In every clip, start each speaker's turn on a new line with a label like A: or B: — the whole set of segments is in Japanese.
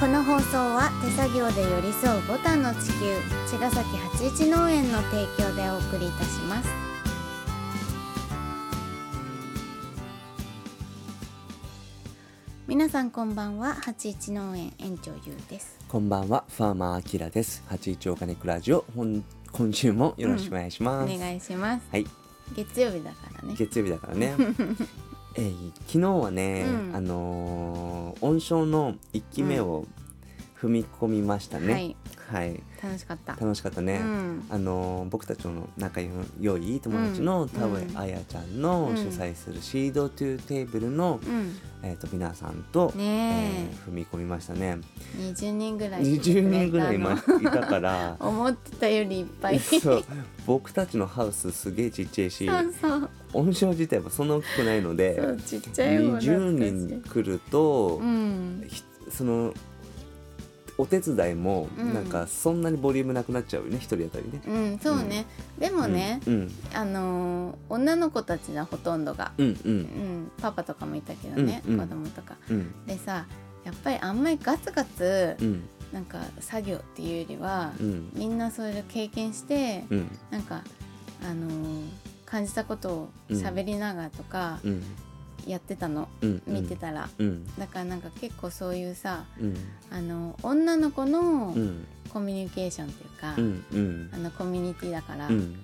A: この放送は手作業で寄り添うボタンの地球茅ヶ崎八一農園の提供でお送りいたします皆さんこんばんは八一農園園長ゆうです
B: こんばんは、ファーマーアキラです。八一お金クラジオ、ほん今週もよろしくお願いし
A: お
B: ます。
A: 願いします
B: はい、
A: 月曜日だからね
B: 月曜日だか らね。えー昨日はね、
A: うん
B: あのー音章の一期目を踏み込みましたね。はい、
A: 楽しかった
B: 楽しかったね。
A: うん
B: あのー僕たちの仲良い友達の、
A: うん
B: 田上あやちゃんの
A: うん
B: 主催するシードトゥーテーブルの、
A: うん
B: えっ、と皆さんと、
A: ね
B: えー踏み込みましたね。
A: え20人ぐらい
B: 20人ぐらいいま
A: ます
B: いたから。
A: 思ってたよりいっぱいそ
B: そう僕たちのハウスすげえちっちゃいし
A: うそう
B: 音響自体もそんな大きくないの
A: そ
B: で
A: うちっちゃいもん懐
B: 20人
A: かしい
B: 来ると、
A: うん
B: ひそのお手伝いも
A: うん
B: なんかそんなにボリュームなくなっちゃうよね一人当たりね。
A: うんそうね、でもね、
B: うん
A: あのー女の子たちだほとんどが、
B: うんう
A: うんん、パパとかもいたけどね、
B: うんうん
A: 子供とか
B: うん
A: でさやっぱりあんまりガツガツ
B: うん
A: なんか作業っていうよりは、
B: うん
A: みんなそれを経験して、
B: うん
A: なんかあのー感じたことを喋りながらとか
B: うん
A: やってたの、
B: うん
A: 見てたら、
B: うん
A: だからなんか結構そういうさ
B: うん
A: あの女の子の
B: うん
A: コミュニケーションっていうか、
B: うんうん
A: あのコミュニティだから、
B: うん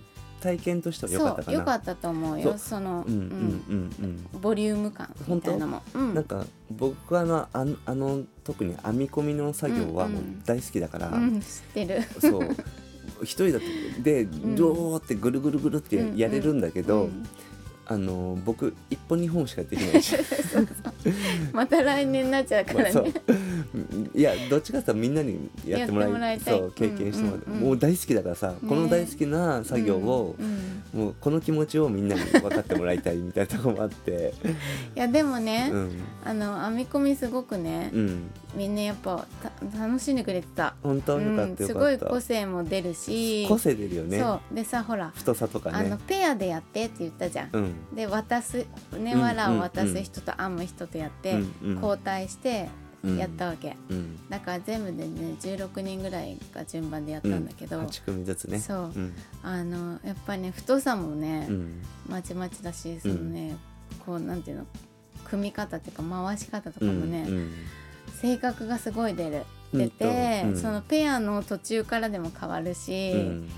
B: 体験としては良かった
A: そ
B: か
A: う
B: な。
A: 良かったと思うよ
B: そ
A: そうの、
B: うんうんうんうん
A: うんボリューム感みたいなのも、うん
B: なんか僕はあのあのあの特に編み込みの作業はもう大好きだから、
A: うん、知ってる、
B: そう一人だと で
A: ん
B: どうってぐるぐるぐるってや
A: うんうん
B: やれるんだけど、
A: うん
B: あの僕一本二本しかできな いし
A: また来年になっちゃうか
B: ま
A: ら
B: あ
A: ね、
B: そう いやどっちかっていうとみんなにやってもら
A: や
B: い
A: ってもらいたい
B: そう経験してもらって、
A: うんうんうん
B: もう大好きだからさ、この大好きな作業を
A: う、んうん
B: もうこの気持ちをみんなに分かってもらいたいみたいなとこも あって、
A: いやでもね、
B: うん、
A: あの編み込みすごくね、
B: うん、
A: みんなやっぱた楽しんでくれてた
B: 本当よか
A: う
B: っ
A: ん、
B: た
A: す
B: よ
A: ご
B: かっ
A: い
B: た、
A: 個性も出るし
B: 個性出るよね
A: そうでさほら、
B: 太さとか
A: あ
B: ね
A: のペアでやってって言ったじゃん、
B: うん
A: で渡すね
B: うん
A: わらを渡す人と編む人とやって、
B: うんうん
A: 交代してやったわけ、
B: うん
A: だから全部でね16人ぐらいが順番でやった
B: うん
A: んだけど、
B: 8組ずつね
A: そう
B: うん
A: あのやっぱりね太さもね、
B: うん
A: まちまちだしそのね、こうなんていうの組み方っていうか回し方とか
B: う
A: も
B: ん
A: ね、
B: うん
A: 性格がすごい出る
B: うん
A: 出て、
B: うん
A: そのペアの途中からでも変わるし、
B: うん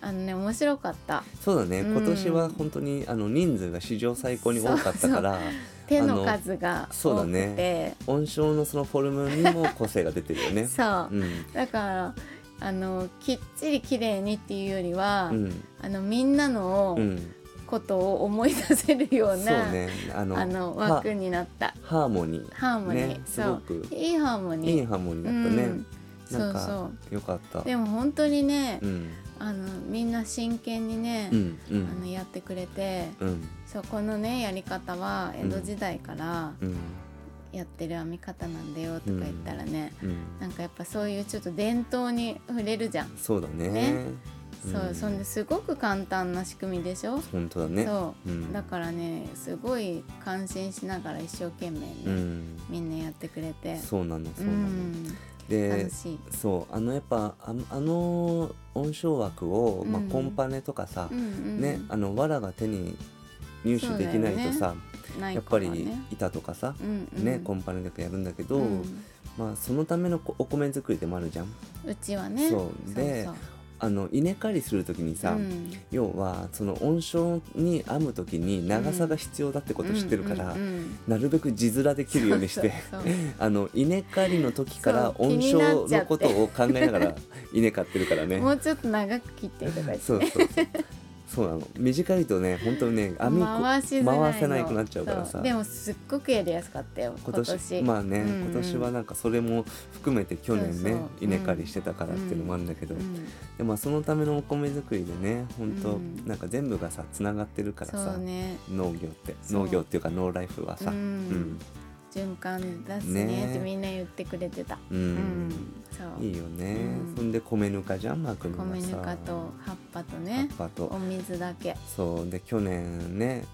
A: あのね面白かった
B: そうだね
A: うん
B: 今年は本当にあの人数が史上最高に多かったから
A: 手の数が
B: そう
A: 多
B: だ
A: く
B: ね
A: て
B: 音章のそのフォルムにも個性が出てるよね
A: そうだ,、
B: うん
A: からあのきっちり綺麗にっていうよりは、
B: うん
A: あのみんなの、
B: うん
A: ことを思い出せるよ
B: そうう
A: な
B: ねあの
A: あの
B: は
A: 枠になった
B: ハーモニー
A: ハーモニー、
B: ね
A: そ
B: すご
A: う
B: く
A: いいハーモニー
B: いいハーモニーだった
A: う
B: ね
A: ん
B: なん
A: そ
B: か
A: う
B: よかった
A: そうでも本当にね、
B: うん
A: あのみんな真剣にね、
B: うんう
A: あの
B: ん
A: やってくれて、
B: うん
A: そうこのねやり方は江戸時代から
B: うん
A: やってる編み方なんだよとか言ったらね、
B: うん
A: なんかやっぱそういうちょっと伝統に触れるじゃん、
B: そうだね
A: ねそうそんですごく簡単な仕組みでしょ、
B: 本当だね
A: そううんだからねすごい感心しながら一生懸命ね、
B: うん
A: みんなやってくれて
B: そうなのそ
A: う
B: うなの、
A: ん
B: で
A: 楽しい、
B: そうあのやっぱああの音章枠を、まあ
A: うん
B: コンパネとかさ
A: う、んうん、
B: ねあのわらが手に入手できないと
A: そうだ
B: さ、
A: ない
B: やっぱ
A: から
B: り
A: ね
B: 板とかさ、
A: うんうん、
B: ねコンパネとかやるんだけど、
A: うん
B: まあそのためのこお米作りでもあるじゃん。
A: うちはね
B: そうであの稲刈りする時にさ、
A: うん
B: 要はその音章に編む時に長さが必要だってこと知ってるから、
A: うんうんうん
B: なるべく字面で切るようにして。
A: そうそうそう
B: あの稲刈りの時から
A: そう
B: 音
A: 気になっ
B: 章
A: ちゃっ
B: の
A: て
B: ことを考えながら 稲刈ってるからね
A: も。うちょっと長く切っていただいて
B: そうそうそう。そうなの。短いとね、本当にね、網こ
A: 回しづらいの
B: 回せないくなっちゃうから
A: そ
B: さ
A: う。でもすっごくやりやすかったよ
B: 今
A: 今
B: 年
A: 年
B: まあ
A: う
B: ね、
A: んうん
B: 今年はなんかそれも含めて去年ね
A: そうそう
B: 稲刈りしてたからっていうのもあるんだけど、でもまあそのためのお米作りでね本当、
A: うん
B: なんか全部がさつながってるか
A: うん、
B: らさ、
A: そうね
B: 農業って
A: そう
B: 農業っていうか農ライフはさ、
A: う
B: うんん
A: 循環だし
B: ね
A: ねってみんな言ってくれてた、
B: う
A: うん
B: ん
A: そう
B: いいよね、
A: うん
B: そんで米ぬかじゃんマー君がさ
A: 米ぬかと葉っぱと
B: 葉っ
A: ね
B: ぱと
A: お水だけ
B: そうで去年ね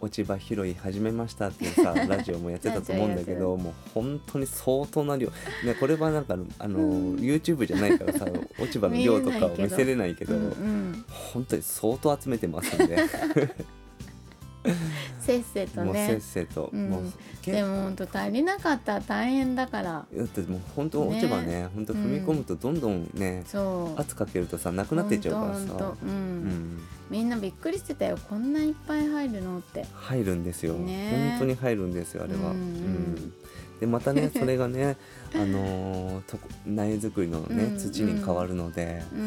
B: 落ち葉拾い始めましたっていう さラジオもやってたと思うんだけどもう本当に相当な量、ね、これはなんかあの、YouTube じゃない からさ落ち葉の量とか
A: 見えないけ
B: を
A: ど
B: 見せれないけど
A: うんうん
B: 本当に相当集めてます んで、
A: せっせと
B: もうせっ
A: ね
B: せと、
A: うん
B: もう結
A: でもほんと足りなかったら大変だから
B: だってもう本当落ち葉ね本当踏み込むとどんどんね、
A: そう
B: 圧かけるとさなくなっていっちゃうから
A: ほんとほ
B: さ
A: ん、とうん
B: うん、
A: みんなびっくりしてたよこんないっぱい入るのって
B: 入るんですよ、
A: ね
B: 本当に入るんですよあれは、
A: うん
B: でま たねそれがねあのーとこ苗作りのね、
A: うん
B: 土に変わるので、
A: うん、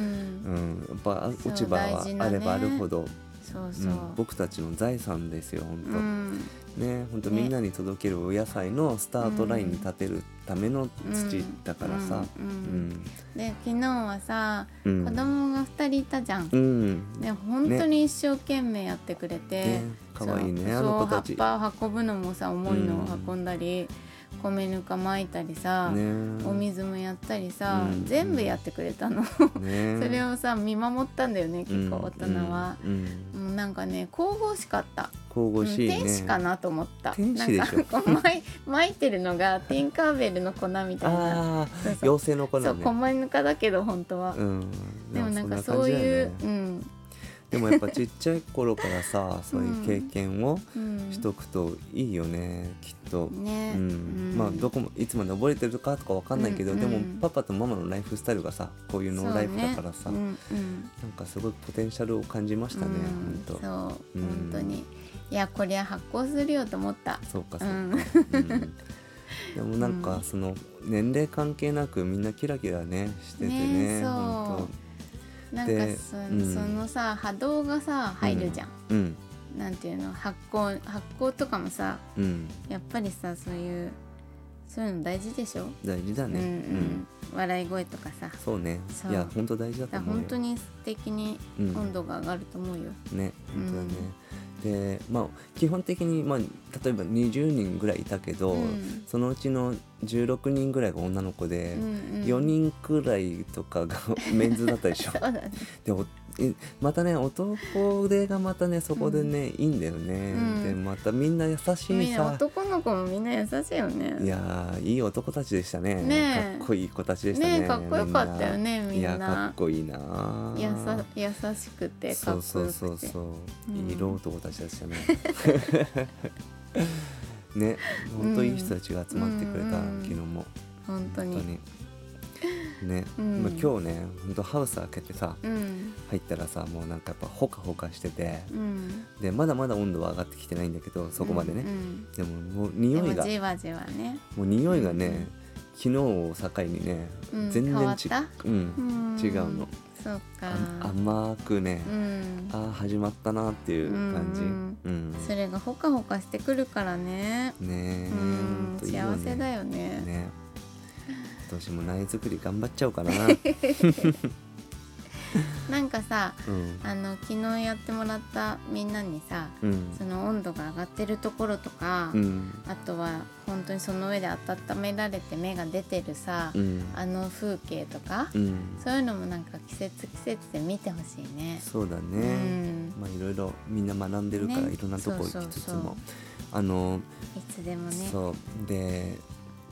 B: うんやっぱあ
A: そ
B: 落
A: う
B: ち葉
A: 大
B: は
A: 事な
B: あ
A: ね
B: ればあるほど、
A: そう
B: う
A: そう、
B: ん、僕たちの財産ですよ本当、
A: うん
B: ね本当
A: ね
B: みんなに届けるお野菜のスタートラインに立てるための土だからさ、
A: うんう
B: うんん
A: で昨日はさ
B: うん
A: 子供が2人いたじゃん、
B: うん
A: ね本当に一生懸命やってくれて、
B: ね可愛いね
A: そう
B: あの子た
A: そ
B: ち
A: う葉っぱを運ぶのもさ重いのを運んだり、米ぬか巻いたりさ、
B: ね
A: お水もやったりさ、
B: うん
A: 全部やってくれたの、
B: ね
A: それをさ見守ったんだよね結構大人は、
B: うんうん
A: もうなんかね神々しかった
B: 神々しいね、
A: うん天使かなと思った
B: 天使でしょ
A: なんかこう巻い巻いてるのがティンカーベルの粉みたいな
B: ああ
A: そうそう
B: 妖精の子
A: そ
B: な
A: うん
B: ね
A: 米ぬかだけど本当は、
B: うん
A: でもなんか
B: そ
A: そう
B: んな感じだ
A: いう
B: よね、
A: うん
B: でもやっぱちっちゃい頃か らさそういう経験を
A: うん
B: しとくといいよね、きっと。
A: ね、
B: うん
A: うん
B: まあどこもいつまで覚えてるかとかわかんないけど、
A: うん
B: で
A: う
B: も
A: ん
B: パパとママのライフスタイルがさこういうノーライフだからさ、
A: そうねうんうん
B: なんかすごいポテンシャルを感じましたね、
A: うん
B: ほんと
A: そう、
B: うん
A: 本当にいやこりゃ発酵するよと思った
B: そうか
A: う
B: そうか、
A: ん
B: うんでもなんかその年齢関係なくみんなキラキラねしてて
A: ね
B: ね
A: そう
B: ほんと
A: なんか
B: で
A: そ,、
B: うん
A: そのさ波動がさ入るじゃん、
B: うん
A: なんていうの発酵発酵とかもさ
B: うん
A: やっぱりさそういうそういうの大事でしょ、
B: 大事だ
A: うん
B: ね、
A: う
B: うん
A: ん、笑い声とかさだか
B: そうね
A: そう
B: いや本当大事だと
A: ら
B: 思うよ
A: 本当に素敵に
B: うん
A: 温度が上がると思うよ、
B: ね
A: うん
B: 本当だね、でまあ基本的に、まあ、例えば20人ぐらいいたけど、
A: うん
B: そのうちの16人ぐらいが女の子で、
A: うんうん
B: 4人くらいと かがメンズだったでしょ
A: そうだね
B: でおえまたね男でがまたねそこでね、いいんだよね、
A: うん
B: でまたみんな優し
A: み
B: い
A: んな
B: さ
A: 男の子もみんな優しいよね
B: いやーいい男たちでしたね
A: ねえ
B: かっこいい子たちでしたね
A: ねかっこよかったよねみん
B: いやか
A: な
B: っこいいな
A: やさ優しくてかっこ
B: そ
A: よ
B: う
A: くて
B: そうそうそう、
A: うん
B: いい男たち でしたねね本当いい人たちが集まってくれた、
A: うん
B: 昨日も
A: 本当に
B: 本当にね、
A: うん
B: まあ、今日ね本当ハウス開けてさ
A: うん
B: 入ったらさもうなんかやっぱほかほかしてて
A: うん
B: でまだまだ温度は上がってきてないんだけどそこまでね
A: う、ん
B: でももう
A: うん
B: 匂い
A: で
B: が
A: もじわじわね
B: もう匂いがね、
A: うん
B: 昨日を境にね、
A: うん
B: 全
A: 変
B: 然
A: わっ
B: ち
A: た
B: うん、
A: ん
B: 違うの
A: そうか
B: あ甘くね、
A: うん
B: ああ始まったなっていう感じ、
A: う
B: うんん
A: それがほかほかしてくるからね
B: ねえ
A: う
B: ほ
A: ん
B: んといいよ
A: 幸
B: ね
A: せだよね
B: ね今年も苗作り頑張っちゃおう かな、
A: なんかさ
B: うん
A: あの昨日やってもらったみんなにさ
B: うん
A: その温度が上がってるところとか
B: うん
A: あとは本当にその上で温められて芽が出てるさ
B: うん
A: あの風景とか
B: うん
A: そういうのもなんか季節季節で見てほしいね。
B: そうだ
A: う
B: ね、
A: ん、
B: まあいろいろみんな学んでるから、
A: ね
B: いろんなとこ行きつつ
A: そうそうそ
B: も
A: う
B: あの
A: いつでもね。
B: そうで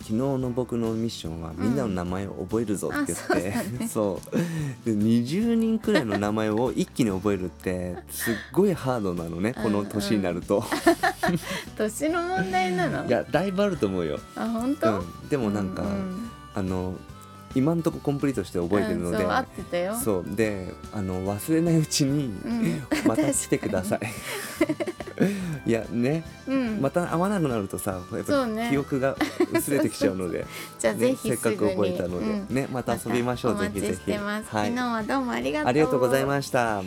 B: 昨日の僕のミッションはみんなの名前を覚えるぞって言って、
A: あそうだね
B: そうで20人くらいの名前を一気に覚えるってすっごいハードなのねこの年になると、
A: 年の問題なの。
B: いやだいぶあると思うよ、
A: あ、本
B: う
A: 当。
B: ん、でもなんか、あの今んとこコンプリートして覚えてる
A: う
B: の
A: ん
B: で、
A: そう合ってたよ。
B: そうであの忘れないうちに、
A: ん
B: また来てくださ いいやね
A: うん、
B: また会わなくなるとさやっ
A: そう
B: ぱ
A: ね
B: 記憶が薄れてきちゃうので
A: じゃあ、ぜ
B: ね、
A: ひ
B: せっ
A: すぐ
B: か
A: に。
B: く覚えたので、
A: うん
B: ねまた遊びましょう、
A: た
B: ぜひ
A: お
B: ぜ
A: 待ち
B: ひ
A: してます。
B: はい
A: 昨日はどうもありがとう。
B: ありがとうございましたは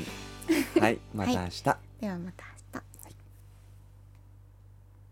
B: いま
A: はいで
B: た明日、
A: はまた明日。